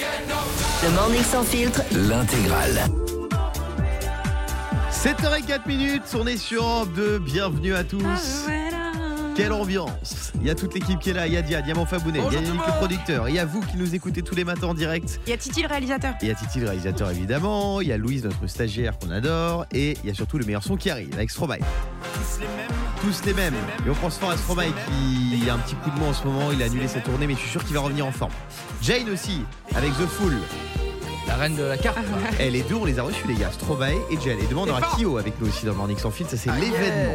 Le Morning Sans Filtre, L'intégrale. 7h04 minutes, on est sur Europe 2. Bienvenue à Ah, tous. Quelle ambiance Il y a toute l'équipe qui est là, il y a Diane, il y a mon Fabounet, il y a Yannick le producteur, il y a vous qui nous écoutez tous les matins en direct, Il y a Titi le réalisateur. il y a Titi le réalisateur évidemment, il y a Louise notre stagiaire qu'on adore, et il y a surtout le meilleur son qui arrive avec Stromae. Tous les mêmes. Et on pense fort à Stromae qui a un petit coup de mou en ce moment, il a annulé sa tournée mais je suis sûr qu'il va revenir en forme. Jane aussi, avec The Fool. La reine de la carte. Eh, les deux on les a reçus les gars, Stromae et Jane. Et demain on aura Kyo avec nous aussi dans Morning Sans Fil, ça c'est l'événement.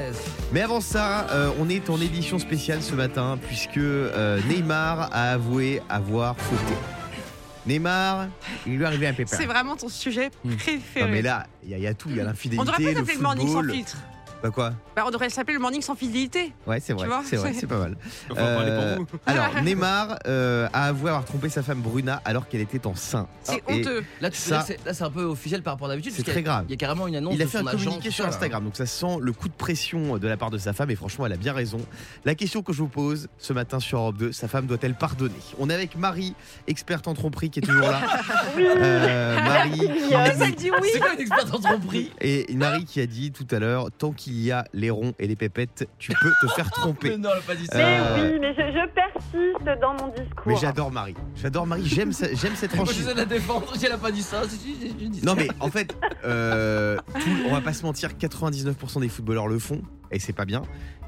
Mais avant ça, euh, on est en édition spéciale ce matin puisque euh, Neymar a avoué avoir fauté. Neymar, il lui est arrivé un pépin. C'est vraiment ton sujet préféré. Hmm. Non mais là, il y, a- il y a tout, il y a on devrait l'infidélité, pas le s'appeler le morning sans football. filtre. Bah quoi Bah, on devrait s'appeler le morning sans fidélité. Ouais, c'est vrai, vois, c'est vrai, c'est- c'est pas mal. Enfin, on va aller pour Euh, vous. alors, Neymar euh, a avoué avoir trompé sa femme Bruna alors qu'elle était enceinte. C'est Ah, Et honteux. Là, tu peux Ça- dire que c'est- là, c'est un peu officiel par rapport à d'habitude. C'est parce très qu'il y a- grave. Il y a carrément une annonce. Il a de fait un son agent, communiqué tout sur ça, là. Instagram, donc ça sent le coup de pression euh, de la part de sa femme et franchement elle a bien raison. La question que je vous pose ce matin sur Europe 2, sa femme doit-elle pardonner On est avec Marie, experte en tromperie qui est toujours là. Euh, Marie qui- dit C'est quoi une experte en tromperie et Marie qui a dit tout à l'heure, tant qu'il y a les ronds et les pépettes, tu peux te faire tromper. Mais non, elle a pas dit ça. Mais Euh, oui, mais je, je persiste dans mon discours. Mais j'adore Marie, j'adore Marie, j'aime ça- j'aime cette Moi, je franchise. sais la défendre. Si elle a pas dit ça, si, si, si, je dis ça. Non mais en fait, euh, tout- on va pas se mentir, 99% des footballeurs le font et c'est pas bien.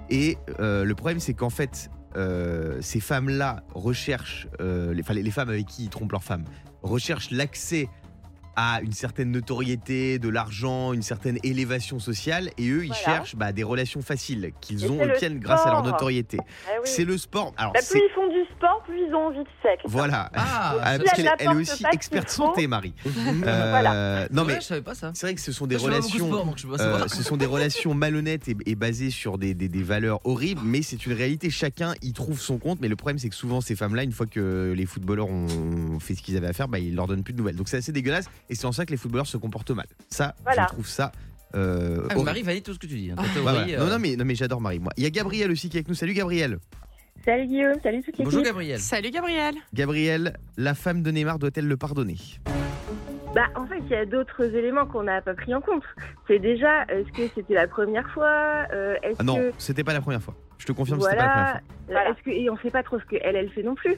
Et euh, le problème c'est qu'en fait, euh, ces femmes-là recherchent, euh, les, enfin, les- les femmes avec qui ils trompent leurs femmes, recherchent l'accès à une certaine notoriété, de l'argent, une certaine élévation sociale, et eux ils Voilà. cherchent bah, des relations faciles Et qu'ils ont c'est le obtiennent grâce à leur sport. notoriété. Eh oui. C'est le sport. Alors Bah, c'est plus ils font du sport, plus ils ont envie de sexe. voilà. Ah, Ah, ça- parce elle qu'elle est- elle est n'apporte aussi pas ce experte qu'il faut. santé, Marie. Euh, Voilà. Non Ouais, mais je savais pas ça. c'est vrai que ce sont des Moi, je fais pas beaucoup de relations. sport, donc je Ah, peux pas Euh, savoir. ce sont des relations malhonnêtes et, et basées sur des, des- des valeurs horribles, mais c'est une réalité. Chacun y trouve son compte. Mais le problème, c'est que souvent, ces femmes-là, une fois que les footballeurs ont fait ce qu'ils avaient à faire, bah, ils leur donnent plus de nouvelles. Donc c'est assez dégueulasse. Et c'est en ça que les footballeurs se comportent mal. Ça, Voilà. je trouve ça. euh, Ah, mais horrible. Marie valide tout ce que tu dis. hein. Ta Ah. Ouais, théorie, voilà. euh, Non, non, mais, non, mais j'adore Marie, moi. Il y a Gabriel aussi qui est avec nous. Salut Gabriel. Salut Guillaume, salut toute Bonjour Gabriel. Salut Gabriel. Gabriel, la femme de Neymar doit-elle le pardonner Bah, en fait, il y a d'autres éléments qu'on n'a pas pris en compte. C'est déjà, est-ce que c'était la première fois euh, Est-ce Ah non, que c'était pas la première fois. Je te confirme, c'était pas la première voilà, fois. euh, est-ce que et on sait pas trop ce que elle elle fait non plus.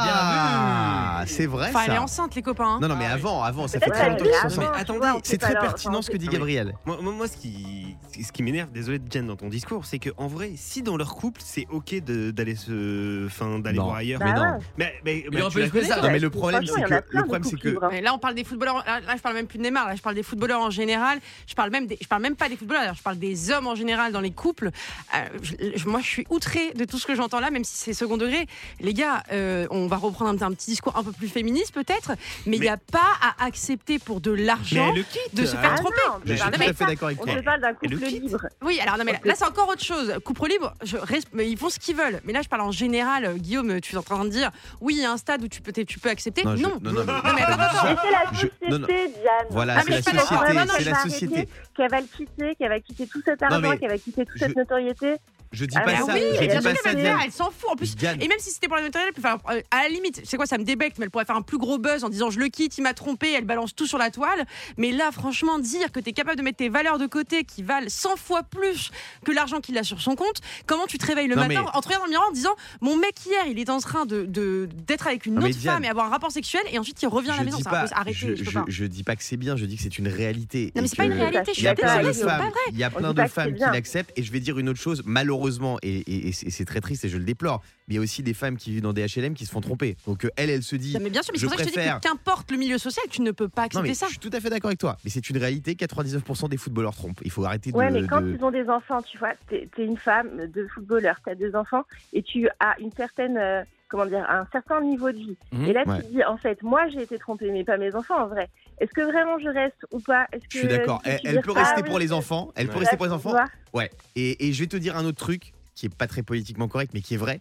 Ah, c'est vrai Enfin, elle est ça. enceinte, les copains. hein. Non, non, mais avant, avant, ça fait Peut-être très elle longtemps est qu'ils sont avant, ensemble. tu vois, Attendez, on sait c'est pas très leur- pertinent enfin, ce que dit c'est- Gabriel. Moi, moi, moi, ce qui, ce qui m'énerve, désolé de Jen dans ton discours, c'est que en vrai, si dans leur couple, c'est ok de- d'aller se, enfin, d'aller Non. voir ailleurs. Bah Mais non. ouais. Mais, mais, Il y aura tu pas eu la de connais, spécial. toi Non mais le problème Franchement, c'est il y en que a le plein, des problème c'est que couples libres, hein. Mais là, on parle des footballeurs. Là, là, je parle même plus de Neymar. Là, je parle des footballeurs en général. Je parle même, des- je parle même pas des footballeurs. d'ailleurs, Je parle des hommes en général dans les couples. Euh, je- je- moi, je suis outrée de tout ce que j'entends là, même si c'est second degré. Les gars, euh, on va reprendre un, un petit discours un peu plus féministe peut-être, mais il n'y a pas à accepter pour de Mais l'argent elle le quitte. de se hein. faire Ah tromper. non, je mais suis non, tout mais à fait d'accord avec On toi. te parle d'un Et couple le kit. libre. Oui, alors non, mais là, là, c'est encore autre chose. Coupe libre, je resp- mais ils font ce qu'ils veulent. Mais là, je parle en général. euh, Guillaume, tu es en train de dire, oui, il y a un stade où tu peux, t'es- tu peux accepter. Non, Non, je- non, non, mais- Non, mais attends, attends, Mais attends. c'est la Je- société, non, non. Diane. Voilà, Ah, c'est mais la je suis pas d'accord. société, Ah, non, c'est je la vais société. arrêter. Qu'elle va le quitter, qu'elle va quitter tout cet Non, argent, mais qu'elle va quitter toute je- cette notoriété. Je dis Ah, pas mais ça, oui, je mais dis bien pas sûr ça qu'elle est Diane. là, elle s'en fout. En plus, Diane, Et même si c'était pour la matériel, euh, à la limite, c'est quoi, ça me débecte, mais elle pourrait faire un plus gros buzz en disant je le quitte, il m'a trompé, elle balance tout sur la toile. Mais là, franchement, dire que tu es capable de mettre tes valeurs de côté qui valent 100 fois plus que l'argent qu'il a sur son compte, comment tu te réveilles le Non, matin mais- en te regardant dans le miroir en disant mon mec hier, il est en train de de- d'être avec une Non, mais autre Diane, femme et avoir un rapport sexuel et ensuite il revient à je la maison. dis C'est un pas, peu arrêté, je, je peux je- pas. je dis pas que c'est bien, je dis que c'est une réalité. Non, et mais c'est pas une que- réalité, Il je y suis a d'accord plein désolée, de avec c'est vous, pas femmes, vrai. il y a On plein dit de pas que femmes c'est qui bien. l'acceptent. Et je vais dire une autre chose, malheureusement, et, et- et c'est- et c'est très triste et je le déplore, mais il y a aussi des femmes qui vivent dans des HLM qui se font tromper. Donc euh, elle, elle se dit. Non, mais bien sûr, mais Je c'est pour ça que je te dis préfère- que qu'importe le milieu social, tu ne peux pas Non mais accepter ça. je suis tout à fait d'accord avec toi, mais c'est une réalité. 99% des footballeurs trompent. Il faut arrêter Ouais, de. mais quand de- ils ont des enfants, tu vois, t'es t'es une femme de footballeur, t'as deux enfants et tu as une certaine, euh, comment dire, un certain niveau de vie. Mhm, et là, Mmh, ouais. tu te dis, en fait, moi, j'ai été trompée, mais pas mes enfants, en vrai. Est-ce que vraiment je reste ou pas Est-ce que Je suis d'accord. si Elle, tu elle dis peut pas, rester oui, pour les enfants. Elle peut Ouais. rester tu pour les enfants. vois, Ouais. Et, et je vais te dire un autre truc qui est pas très politiquement correct, mais qui est vrai.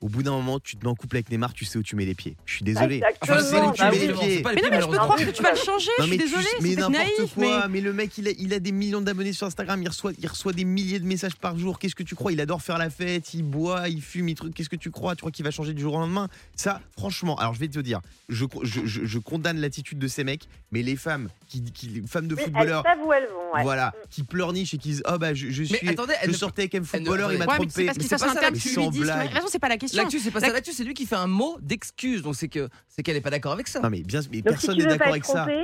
Au bout d'un moment, tu te mets en couple avec Neymar, tu sais où tu mets les pieds. Je suis désolé. Exactement. Bah Enfin, c'est où tu Ah mets oui, les bon, c'est pieds. pas les pieds, Mais non, mais je peux malheureusement. croire que tu vas le changer. je suis tu- désolée, c'est mais peut-être n'importe naïf. Mais... quoi. Mais... le mec, il a, il a des millions d'abonnés sur Instagram. Il reçoit, il reçoit des milliers de messages par jour. Qu'est-ce que tu crois Il adore faire la fête, il boit, il fume, il truc. Qu'est-ce que tu crois Tu crois qu'il va changer du jour au lendemain Ça, franchement, alors je vais te dire, je, je, je- je condamne l'attitude de ces mecs, mais les femmes, qui, qui- les femmes de Oui, elles footballeurs, savent où elles vont. ouais. voilà, qui pleurnichent et qui disent Oh bah, je, je suis. Mais attendez, elle je ne- sortais avec un elle ne- footballeur, il m'a Ouais, mais c'est trompé. parce Mais qu'ils c'est sont pas ça, un mais tu sans lui dis. blague. De toute façon, c'est pas la question. L'actu, c'est pas ça. L'actu, c'est lui qui fait un mot d'excuse. Donc c'est que c'est qu'elle est pas d'accord avec ça. Non mais bien, mais Donc personne n'est si tu veux d'accord pas avec être ça. trompé,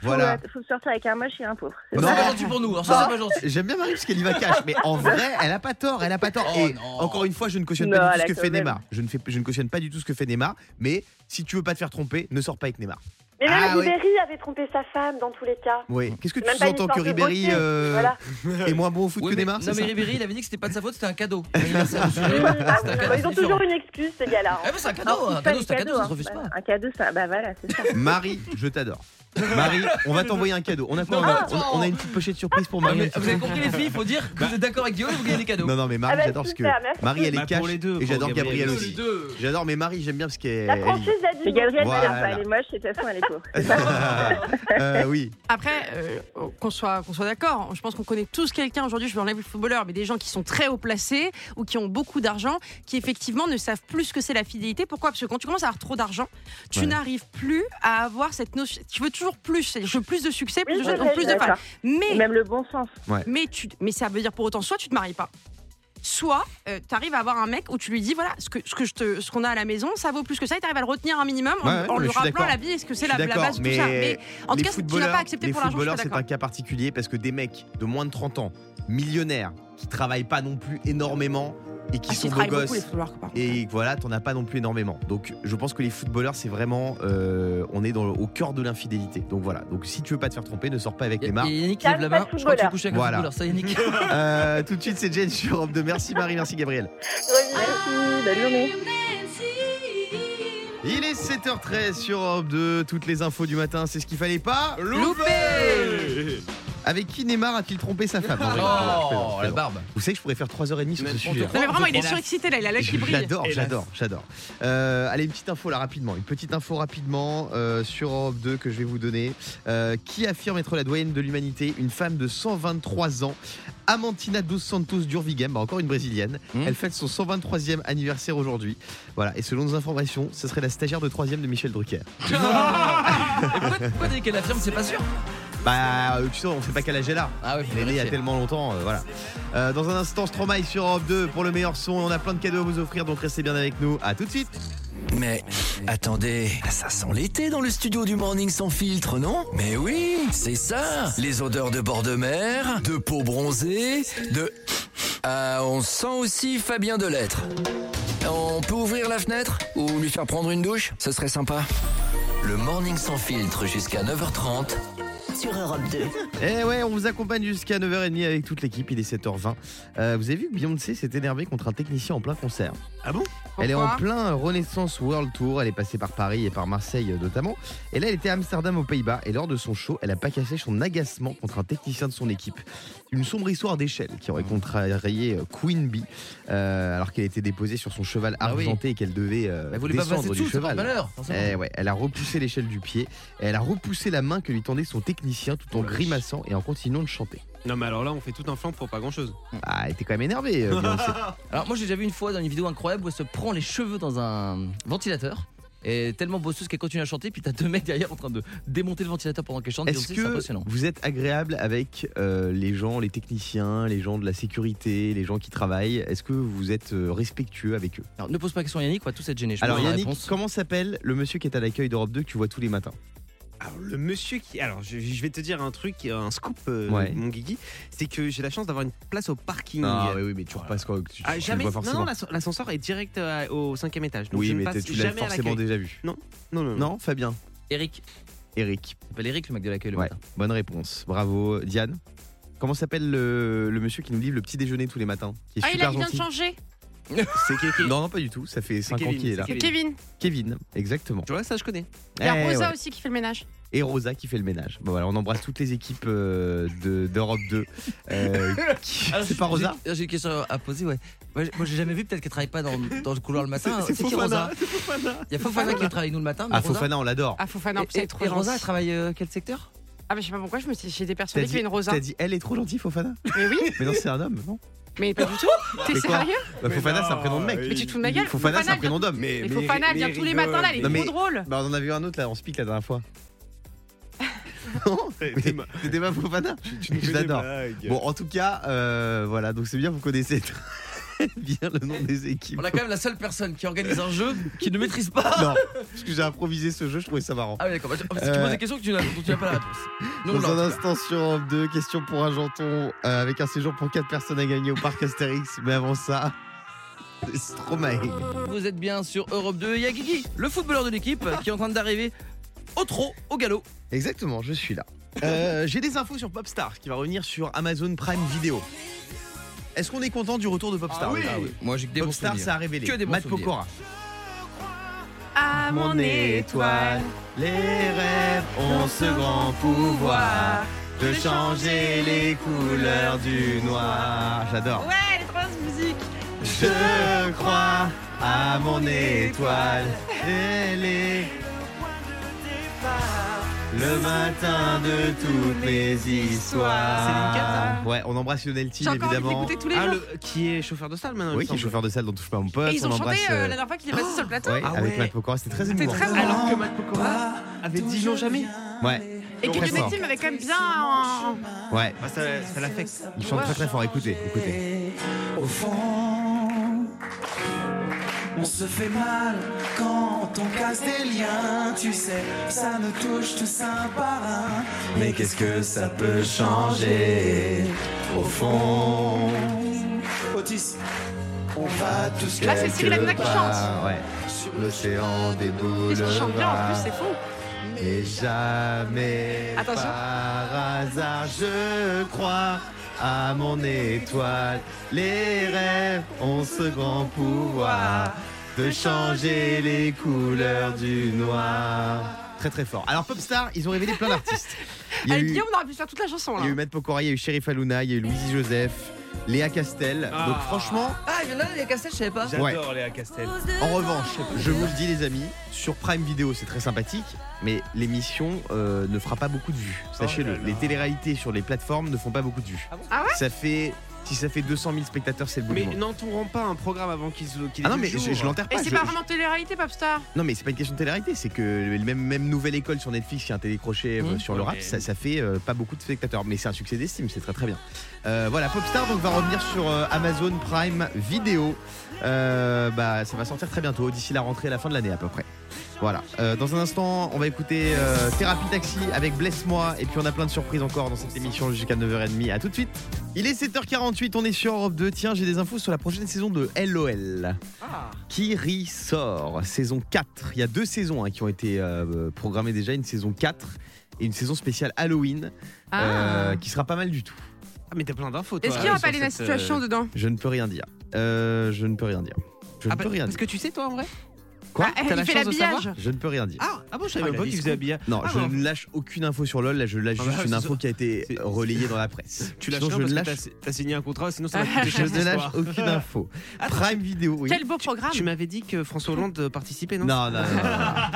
faut, Voilà. euh, faut sortir avec un moche et un pauvre. C'est Non. pas gentil pour nous. Alors ça, c'est pas gentil. J'aime bien Marie parce qu'elle y va cash, mais en vrai, elle a pas tort, elle a pas tort. Oh et non. encore une fois, je ne cautionne Non, pas du elle tout a ce que quand fait même. Neymar. Je ne, fais, je ne cautionne pas du tout ce que fait Neymar, mais si tu veux pas te faire tromper, ne sors pas avec Neymar. Mais même Ah, ouais. Ribéry avait trompé sa femme dans tous les cas. Oui. Qu'est-ce que C'est même tu pas une entends histoire que de Ribéry beauté, euh, Voilà. est moins bon au foot Oui, que mais- Neymar Non, c'est mais ça Ribéry, il avait dit que c'était pas de sa faute, c'était un cadeau. Anniversaire, monsieur. Ah, C'était un cadeau, Ils ont c'est différent. toujours une excuse, ces gars-là. hein. Eh ben, c'est un cadeau, Alors, un c'est pas cadeau, c'est un cadeau, des cadeaux, ça hein. se refuse pas. Un cadeau, ça. Bah voilà, c'est ça. Marie, je t'adore. Marie, on va t'envoyer un cadeau. On a quoi Non, on, a, attends. on- on a une petite pochette surprise pour Ah, Marie. mais Vous avez compris les filles, il faut dire que vous êtes d'accord avec Guillaume et vous gagnez des cadeaux. Non, non, mais Marie, Ah bah, j'adore ce que. super, merci. Marie, elle Bah, est pour cash. les deux, et pour j'adore Gabriel Gabriel aussi. aussi. deux. J'adore, mais Marie, j'aime bien parce qu'elle. La elle y franchise a dit Mais Gabriel, non. Voilà. elle est pas, elle est moche, et de toute façon, elle est pauvre. C'est ça. va. Euh, oui. Après, euh, qu'on soit, qu'on soit d'accord, je pense qu'on connaît tous quelqu'un aujourd'hui, je vais enlever le footballeur, mais des gens qui sont très haut placés ou qui ont beaucoup d'argent, qui effectivement ne savent plus ce que c'est la fidélité. Pourquoi Parce que quand tu commences à avoir trop d'argent, tu Ouais. n'arrives plus à avoir cette notion. Tu veux toujours plus, c'est-à-dire, je veux plus de succès, plus Oui, de c'est choses, vrai, plus de je suis femmes. d'accord. Et Mais, Même le bon sens. mais, tu, mais ça veut dire pour autant, soit tu te maries pas. Soit tu arrives à avoir un mec où tu lui dis voilà ce que ce que je te ce qu'on a à la maison ça vaut plus que ça et t'arrives à le retenir un minimum en, Ouais, ouais, en mais lui je suis rappelant d'accord. la vie est-ce que c'est Je la, suis la d'accord, base de tout mais ça mais en tout les cas si tu n'as pas footballeurs- accepté les pour l'argent je suis footballeurs, c'est d'accord un cas particulier parce que des mecs de moins de 30 ans, millionnaires, qui travaillent pas non plus énormément et qui Ah, sont ils beaux travaillent beaucoup, les gosses. footballeurs, par contre. Et voilà, t'en as pas non plus énormément. Donc, je pense que les footballeurs, c'est vraiment, euh, on est dans le- au cœur de l'infidélité. Donc voilà. Donc, si tu veux pas te faire tromper, ne sors pas avec Il y Neymar. a Yannick qui lève la Calme, main. pas de Je crois que tu footballeur. couches avec un Voilà. footballeur. Ça, Yannick. Euh, tout de suite, c'est Jen sur Europe 2. Merci Marie, merci Gabriel. Merci, bonne journée. Il est 7h13 sur Europe 2. Toutes les infos du matin, c'est ce qu'il fallait pas. Loupé Avec qui Neymar a-t-il trompé sa femme En vrai, je plaisante, je Oh, la plaisante. barbe. Vous savez que je pourrais faire 3h30 sur Mais ce on sujet. te Non mais vraiment, il est Hélas. surexcité là, il a l'œil qui brille. J'adore, Hélas. j'adore, j'adore. Euh, allez, une petite info là rapidement. Une petite info rapidement euh, sur Europe 2 que je vais vous donner. Euh, qui affirme être la doyenne de l'humanité Une femme de 123 ans, Amantina dos Santos d'Urvigem, bah encore une brésilienne. Mmh. Elle fête son 123e anniversaire aujourd'hui. Voilà, et selon nos informations, ce serait la stagiaire de 3 de Michel Drucker. Pourquoi pourquoi dès qu'elle affirme, c'est pas sûr Bah, euh, tu sais, on sait pas quel âge elle a. Ah oui, Elle est née il y a tellement longtemps, euh, voilà. Euh, dans un instant, Stromae sur Europe 2 pour le meilleur son. On a plein de cadeaux à vous offrir, donc restez bien avec nous. À tout de suite. Mais attendez, ça sent l'été dans le studio du Morning sans filtre, non Mais oui, c'est ça Les odeurs de bord de mer, de peau bronzée, de... Ah, on sent aussi Fabien Delettre. On peut ouvrir la fenêtre Ou lui faire prendre une douche Ce serait sympa. Le Morning sans filtre jusqu'à 9h30 sur Europe 2. Eh ouais, on vous accompagne jusqu'à 9h30 avec toute l'équipe, il est 7h20. Euh, vous avez vu que Beyoncé s'est énervée contre un technicien en plein concert. Ah bon Pourquoi Elle est en plein Renaissance World Tour, elle est passée par Paris et par Marseille euh, notamment. Et là, elle était à Amsterdam aux Pays-Bas et lors de son show, elle a pas caché son agacement contre un technicien de son équipe. Une sombre histoire d'échelle qui aurait contrarié euh, Queen Bee euh, alors qu'elle était déposée sur son cheval Ah oui. argenté et qu'elle devait euh, Elle voulait Bah, pas passer descendre du dessous, c'est pas cheval. malheur. Eh ouais, elle a repoussé l'échelle du pied, et elle a repoussé la main que lui tendait son technicien tout Oh en grimaçant et en continuant de chanter. Mm. Non, mais alors là, on fait tout un flanc pour pas grand chose. Ah, elle était quand même énervée, euh, Beyoncé. Alors moi j'ai déjà vu une fois dans une vidéo incroyable où elle se prend les cheveux dans un ventilateur. Et tellement bosseuse qu'elle continue à chanter, puis t'as deux mecs derrière en train de démonter le ventilateur pendant qu'elle chante. Est-ce Beyoncé, C'est que impressionnant. vous êtes agréable avec euh, les gens, les techniciens, les gens de la sécurité, les gens qui travaillent Est-ce que vous êtes euh, respectueux avec eux Alors, ne pose pas question Yannick, on va tous être gênés. Je Alors vous donne la Yannick, réponse. comment s'appelle le monsieur qui est à l'accueil d'Europe 2 que tu vois tous les matins Alors, le monsieur qui. Alors, je, je vais te dire un truc, un scoop, euh, Ouais. mon Guigui. C'est que j'ai la chance d'avoir une place au parking. Ah oui, oui, mais tu repasses quoi tu, Mmh. Ah, tu jamais. le vois non, forcément. non, l'asc- l'ascenseur est direct euh, au cinquième étage. Donc oui, je ne mais t'es- passe tu l'as jamais à forcément l'accueil. Mmh. déjà vu. Non, non, non. Non, Fabien Eric, Eric. il s'appelle Eric le mec de l'accueil le Ouais, matin. bonne réponse. Bravo, Diane. Comment s'appelle le, le monsieur qui nous livre le petit déjeuner tous les matins qui est Ah, il, super a, il vient de gentil changer. C'est Kéké. Non, non, pas du tout. Ça fait 5 ans Kevin, qu'il est là. C'est Kevin. Kevin. Kevin, exactement. Tu vois, ça, je connais. Il y a Eh Rosa ouais. aussi qui fait le ménage. et Rosa qui fait le ménage. Bon, voilà, on embrasse toutes les équipes euh, de- d'Europe 2. euh, qui- Ah, Alors, c'est pas j'ai- Rosa j'ai- J'ai une question à poser, ouais. Moi, j'ai- moi, j'ai jamais vu, peut-être qu'elle travaille pas dans, dans le couloir le matin. C'est qui Rosa Bah, Il y a Fofana qui travaille nous le matin. mais Ah, Rosa- Fofana, on l'adore. Ah, faut faire non, Et- c'est et- trop et Rosa, elle gentil. travaille euh, quel secteur Ah, mais je sais pas pourquoi, je me suis, j'étais T'as persuadée qu'il dit, y avait une Rosa. t'as dit, elle est trop gentille, Fofana Mais oui, Mais non, c'est un homme, non mais pas du tout. T'es Mais quoi sérieux Bah, Fofana, c'est un prénom de mec. Mais tu te fous de ma gueule Fofana, c'est un Fofana, prénom d'homme. Mais Fofana, elle vient tous les matins là, elle est Non, mais- trop drôle. Bah, on en avait eu un autre là, on se pique la dernière fois. T'es ma- C'était pas Fofana tu nous Je fais des l'adore. blagues. Bon, en tout cas, euh, voilà, donc c'est bien, vous connaissez très bien le nom des équipes. On a quand même la seule personne qui organise un jeu qui ne maîtrise pas. Non, parce que j'ai improvisé ce jeu, je trouvais ça marrant. Ah oui, d'accord. Parce que tu Euh. poses des questions que tu n'as dont tu n'as pas la réponse. Nous, on Dans un l'a. instant sur Europe 2, question pour un janton euh, avec un séjour pour 4 personnes à gagner au parc Astérix. Mais avant ça, c'est trop Vous êtes bien sur Europe 2. Il y a Guigui, le footballeur de l'équipe, qui est en train d'arriver au trot, au galop. Exactement, je suis là. Euh, J'ai des infos sur Popstar qui va revenir sur Amazon Prime Video. Est-ce qu'on est content du retour de Popstar déjà Ah oui. Moi, j'ai que des bons Popstar, souvenirs. ça a révélé. Que des bons Matt souvenirs. Pokora. À mon étoile, les rêves ont ce grand pouvoir de changer les couleurs du noir. J'adore. Ouais, elle est trop bien, cette musique. Je crois à mon étoile. Elle est le matin de toutes mes histoires. Ouais, on embrasse Lionel T, J'ai encore envie de évidemment. l'écouter tous les Ah, jours. le- qui est chauffeur de salle maintenant Oui, il qui est me semble. chauffeur de salle dont touche pas à mon pote. Et ils on ont chanté embrasse, euh, euh, la dernière fois qu'il est passé sur le plateau. ouais, Ah avec ouais. Matt Pokora, c'était très C'était émouvant. très beau. Alors que Matt Pokora avait dit non jamais. Ouais, Et que Très Lionel fort. Tim avait quand même bien. un- un- ouais, Bah, ça, ça l'affecte. il chante très très fort. Écoutez, écoutez. Au fond, on se fait mal quand on casse des liens, tu sais, ça nous touche tous un par un. Mais qu'est-ce que ça peut changer Au fond, Otis, on va tous Là, c'est Cyril Hanouna qui chante. Ah, ouais. sur le L'océan des Qu'est-ce Oh qu'il chante bien en boulevards. plus, c'est fou. Mais jamais Attention. par hasard je crois à mon étoile. Les rêves ont ce grand pouvoir de changer les couleurs du noir. Très très fort. Alors Popstar, ils ont révélé plein d'artistes. Il y a Avec eu, Guillaume, hein. on aurait pu faire toute la chanson il là. y a eu Matt Pokora, il y a eu Sheriff Aluna, il y a eu Louis Joseph, Léa Castel. Ah. Donc franchement, Ah, il y en a, il y a Castel, je savais Ah. pas. J'adore Léa Castel. en revanche, je vous le dis les amis, sur Prime Video c'est très sympathique, mais l'émission euh, ne fera pas beaucoup de vues. Sachez-le, les téléréalités sur les plateformes ne font pas beaucoup de vues. Ah ouais ça fait si ça fait 200 000 spectateurs, c'est le bout Mais du monde. n'entourons pas un programme avant qu'il se- qu'il Ah non ait mais le je, jour. je l'enterre pas. Et c'est je- pas je- vraiment télé-réalité, Popstar. Non mais c'est pas une question de télé-réalité, c'est que le même, même nouvelle école sur Netflix qui a un télécrochet euh, Mmh. sur le rap, Ouais. ça, ça fait euh, pas beaucoup de spectateurs, mais c'est un succès d'estime, c'est très très bien. Euh, voilà, Popstar donc va revenir sur euh, Amazon Prime Video. Euh, bah ça va sortir très bientôt, d'ici la rentrée à la fin de l'année à peu près. Voilà. Euh, dans un instant, on va écouter euh, Thérapie Taxi avec Blesse-moi. Et puis, on a plein de surprises encore dans cette émission jusqu'à 9h30. À tout de suite. Il est 7h48, on est sur Europe 2. Tiens, j'ai des infos sur la prochaine saison de LOL. Qui ressort Saison 4. Il y a deux saisons hein, qui ont été euh, programmées déjà. Une saison 4 et une saison spéciale Halloween Ah. euh, qui sera pas mal du tout. Ah, mais t'as plein d'infos, toi. Est-ce qu'il y aura sur pas la cette, euh, situation dedans Je ne peux rien dire. Euh, je ne peux rien dire. Je ne Ah, bah, peux rien parce dire. que tu sais, toi, en vrai Ah, T'as Il la fait chance de l'habillage. Je ne peux rien dire. Ah, ah bon, je savais Ah, même la pas qu'il liste. faisait bien. Non, Ah, je bah, ne lâche aucune info sur LOL. Là, je lâche Ah bah, juste une c'est info qui a été c'est- relayée dans la presse. Tu lâches Sinon, rien je parce lâche- que t'as- Ah, t'as signé un contrat, sinon ça va coûter Je cher ne ce lâche soir. aucune info. Prime Vidéo, oui. Quel beau programme. Tu m'avais dit que François Hollande participait, Ah, non Non, non, non. non, non.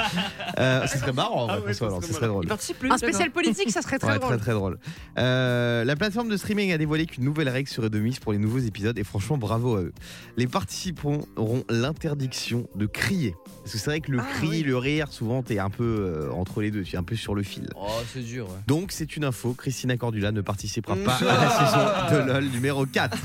Euh, ce serait marrant, en vrai, Ah ouais, François Hollande, ça ce serait serait drôle. Il participe plus. Un spécial politique, ça serait très Ouais, drôle. très très drôle. Euh, la plateforme de streaming a dévoilé qu'une nouvelle règle serait de mise pour les nouveaux épisodes et franchement bravo à eux. Les participants auront l'interdiction de crier. Parce que c'est vrai que le Ah, cri, oui. le rire, souvent t'es un peu euh, entre les deux, tu es un peu sur le fil. Oh, c'est dur. ouais. Donc c'est une info, Christina Cordula ne participera Mm. pas à Ah, la saison de LOL numéro 4.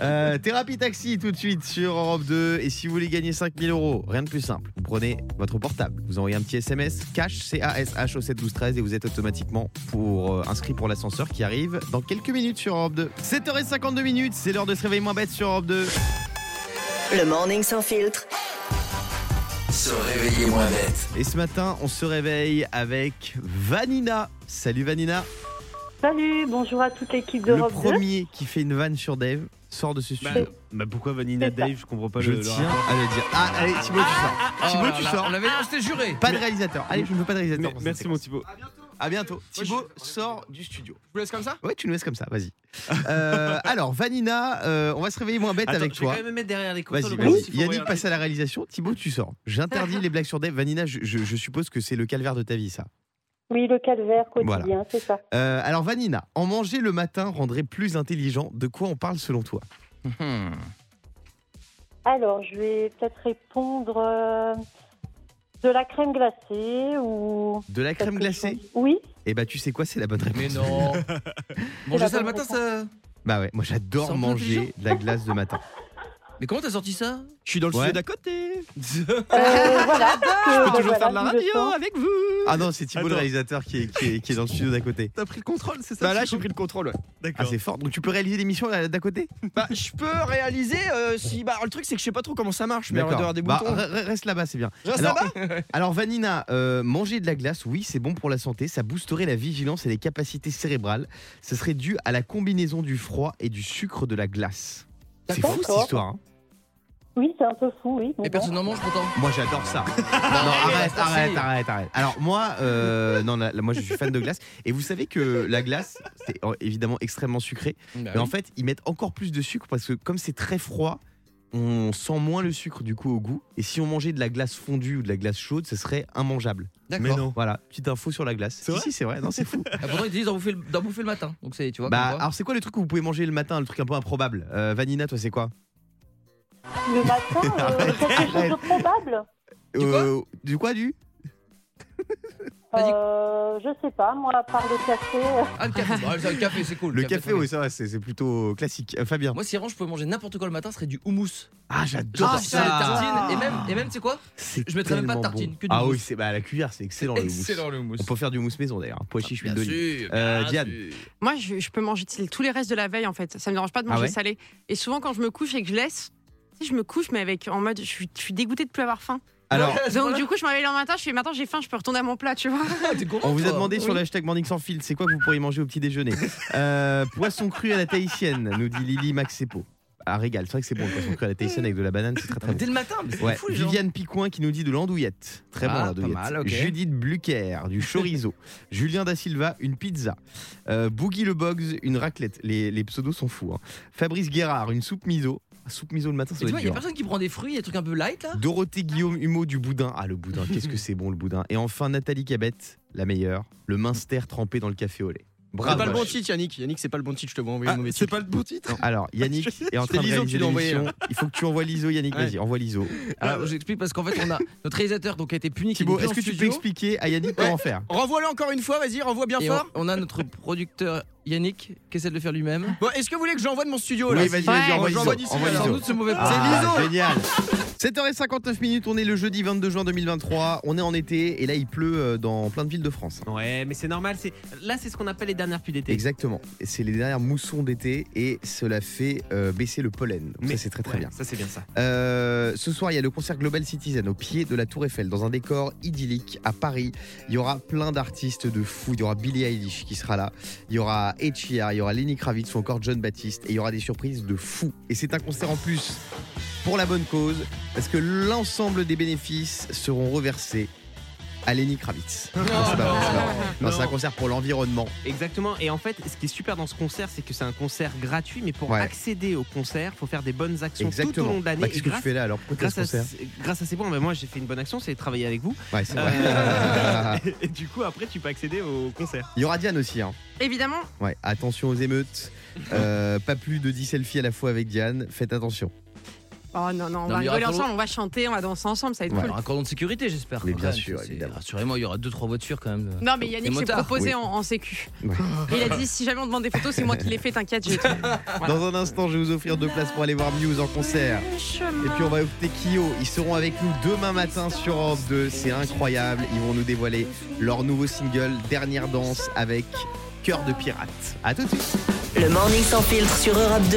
Euh, Thérapie Taxi tout de suite sur Europe 2 et si vous voulez gagner 5000 euros, rien de plus simple, vous prenez votre portable, vous envoyez un petit SMS cash C-A-S-H au 7 12 13 et vous êtes automatiquement pour, euh, inscrit pour l'ascenseur qui arrive dans quelques minutes sur Europe 2. 7h52 minutes, c'est l'heure de se réveiller moins bête sur Europe 2. Le morning sans filtre. Se réveiller moins bête. Et ce matin, on se réveille avec Vanina. Salut Vanina, Salut, bonjour à toute l'équipe le d'Europe 2. premier qui fait une vanne sur Dave sort de ce Bah, studio. bah, pourquoi Vanina C'est ça. Dave Je comprends pas je le. le tiens rapport. à le dire. Ah, allez, Thibaut, tu sors. Oh Thibaut, là tu là, sors. On l'avait on s'était juré. Pas de réalisateur. Allez, je ne veux pas de réalisateur. Mais- pour cette Merci, mon Thibaut. À bientôt. Moi, Thibaut je- sort du studio. Je vous laisse comme ça Ouais, tu nous laisses comme ça, vas-y. Euh, alors, Vanina, euh, on va se réveiller moins bête Attends, avec je vais toi. quand même me mettre derrière les Vas-y, consoles. au cas où vas-y. il faut Yannick regarder. passe à la réalisation. Thibaut, tu sors. J'interdis les blagues sur Dave. Vanina, je, je- je suppose que c'est le calvaire de ta vie, ça. Oui, le calvaire quotidien, c'est ça. Euh, alors, Vanina, en manger le matin rendrait plus intelligent. De quoi on parle selon toi Hum, Alors, je vais peut-être répondre euh, de la crème glacée ou. De la crème glacée Oui. Eh bah, tu sais quoi, c'est la bonne réponse. Mais non Manger ça le matin, ça. Bah ouais, moi j'adore Sans manger intelligent. de la glace de matin. Mais comment t'as sorti ça Je suis dans le Ouais. studio d'à côté. Euh, voilà. Je Euh, peux toujours voilà, faire de la je le radio sens. avec vous. Ah non, c'est Thibaut le Attends. réalisateur qui est, qui, est, qui est dans le studio d'à côté. T'as pris le contrôle, c'est ça Bah Bah là, là, j'ai j'ai pris le contrôle, ouais. Ah, D'accord. c'est fort. Donc tu peux réaliser l'émission euh, d'à côté Bah, je peux réaliser euh, si. Bah, le truc, c'est que je sais pas trop comment ça marche, mais en dehors des Bah, boutons. re- re- reste là-bas, c'est bien. Je reste Alors- là-bas Alors Vanina, euh, manger de la glace, oui, c'est bon pour la santé, ça boosterait la vigilance et les capacités cérébrales. Ce serait dû à la combinaison du froid et du sucre de la glace. C'est fou cette D'accord. histoire. hein. Oui, c'est un peu fou, oui. mais Et bon. personne n'en mange pourtant. Moi j'adore ça. non, arrête, merci. arrête, arrête, arrête. Alors moi, euh, non, la- la- moi je suis fan de glace. Et vous savez que la glace, c'est euh, évidemment extrêmement sucré. Bah Mais en oui. fait, ils mettent encore plus de sucre parce que comme c'est très froid, on sent moins le sucre du coup au goût. Et si on mangeait de la glace fondue ou de la glace chaude, ce serait immangeable. D'accord. Voilà, petite info sur la glace. Si, vrai si, c'est vrai, non, c'est fou. Ah, pourtant, ils disent d'en bouffer, le- d'en bouffer le matin. Donc, c'est, tu vois. bah, comme quoi. alors c'est quoi le truc que vous pouvez manger le matin, le truc un peu improbable Euh, Vanina, toi, c'est quoi Le matin, euh, quelque chose de probable. Du quoi Euh, Du quoi, du Vas-y. Euh, je sais pas, moi, à part le café. euh, Ah, le café. Bah, le café, c'est cool. Le café, c'est oui, cool. ça va, c'est c'est plutôt classique. Euh, Fabien. Moi, si vraiment je pouvais manger n'importe quoi le matin, ce serait du houmous. Ah, Genre j'adore des tartines. Et ça même, et même, tu sais quoi C'est je mettrais même pas de tellement tartine, bon. que du Ah mousse. oui, c'est bah, à la cuillère, c'est excellent le mousse. le houmous. On peut faire du mousse maison d'ailleurs, hein. pois chiche, Bien huile d'olive. sûr. Euh, bien Diane. sûr. Moi, je, je peux manger t- tous les restes de la veille, en fait. Ça me dérange pas de manger Ah ouais salé. Et souvent, quand je me couche et que je laisse, tu sais, je me couche, mais avec en mode, je suis, je suis dégoûtée de plus avoir faim. Alors, Donc, du coup, je me réveille le matin, je fais maintenant j'ai faim, je peux retourner à mon plat, tu vois. Ah, t'es gourmand, on vous a toi. demandé sur Oui. le hashtag Morning sans fil, c'est quoi que vous pourriez manger au petit déjeuner Euh, Poisson cru à la tahitienne, nous dit Lily Maxepo. Ah, régal, c'est vrai que c'est bon le poisson cru à la tahitienne avec de la banane, c'est très très bon. Dès le matin, Ah, mais c'est Ouais, fou, les gens. Viviane Picoin qui nous dit de l'andouillette. Très Ah, bon pas l'andouillette. mal, ok. Judith Bluquer, du chorizo. Julien Da Silva, une pizza. Euh, Boogie Le Bogs, une raclette. Les, les pseudos sont fous. hein. Fabrice Guérard, une soupe miso. Ah, Soupe miso le matin, Et ça tu doit vois, être il y a dur. personne qui prend des fruits, des trucs un peu light là Dorothée Guillaume Humeau du boudin. Ah, le boudin, qu'est-ce que c'est bon le boudin. Et enfin, Nathalie Cabette, la meilleure. Le minster trempé dans le café au lait. C'est Bravo. pas le bon titre, Yannick. Yannick, c'est pas le bon titre, je te vois envoyer Ah, le mauvais c'est titre. pas le bon titre. Alors, Yannick est en C'est train de l'ISO que réaliser tu dois envoyer, l'émission. Il faut que tu envoies l'ISO, Yannick. Ouais. Vas-y, envoie l'ISO. Alors, j'explique parce qu'en fait, on a notre réalisateur donc, qui a été puni. qui Ah, Thibaut, n'est plus est-ce en que tu peux studio. expliquer à Yannick comment faire Renvoie-le encore une fois, vas-y, renvoie bien Et fort. on, on a notre producteur Yannick qui essaie de le faire lui-même. Bon, est-ce que vous voulez que j'envoie de mon studio là Oui, vas-y, vas-y, Ouais. envoie J'envoie l'ISO, d'ici, envoie alors. Sans l'ISO. doute ce mauvais petit. Ah, Génial. 7h59 minutes, on est le jeudi 22 juin 2023, on est en été et là il pleut euh, dans plein de villes de France. Ouais, mais c'est normal. C'est là, c'est ce qu'on appelle les dernières pluies d'été. Exactement, Et c'est les dernières moussons d'été et cela fait euh, baisser le pollen. Donc Mais ça c'est très très Ouais, bien. Ça c'est bien ça. Euh, ce soir, il y a le concert Global Citizen au pied de la Tour Eiffel, dans un décor idyllique à Paris. Il y aura plein d'artistes de fous. Il y aura Billie Eilish qui sera là. Il y aura Ed Sheeran, il y aura Lenny Kravitz ou encore John Baptiste. Et il y aura des surprises de fous. Et c'est un concert en plus pour la bonne cause, parce que l'ensemble des bénéfices seront reversés à Lenny Kravitz. Non, c'est pas vrai, c'est pas vrai. Non, c'est un Non. concert pour l'environnement. Exactement. Et en fait, ce qui est super dans ce concert, c'est que c'est un concert gratuit, mais pour Ouais. accéder au concert, faut faire des bonnes actions tout au Exactement. long de l'année. Bah, Et Qu'est-ce que tu grâce- fais là alors Pourquoi t'as Grâce ce à, concert grâce à ces bons, mais moi j'ai fait une bonne action, c'est de travailler avec vous. Ouais, c'est vrai. Euh, et, et du coup, après, tu peux accéder au concert. Il y aura Diane aussi. Hein. Évidemment, Ouais, attention aux émeutes. Euh, pas plus de 10 selfies à la fois avec Diane. Faites attention. Oh non, non, on Non, va mais il y aura rigoler pas ensemble, on va chanter, on va danser ensemble, ça va être Il y cool. aura un cordon de sécurité, j'espère. Mais quand bien même, sûr, parce que évidemment. c'est- Rassurez-moi, il y aura 2-3 voitures quand même. Non, mais Les Yannick s'est motards, proposé oui. en, en sécu. Ouais. Il a dit si jamais on demande des photos, c'est moi qui les fais, t'inquiète, j'ai tout. Dans un instant, je vais vous offrir deux places pour aller voir Muse en concert. Et puis on va écouter Kyo. Ils seront avec nous demain matin sur Europe 2. C'est incroyable. Ils vont nous dévoiler leur nouveau single, Dernière Danse, avec Cœur de Pirate. À tout de suite. Le Morning sans filtre sur Europe 2.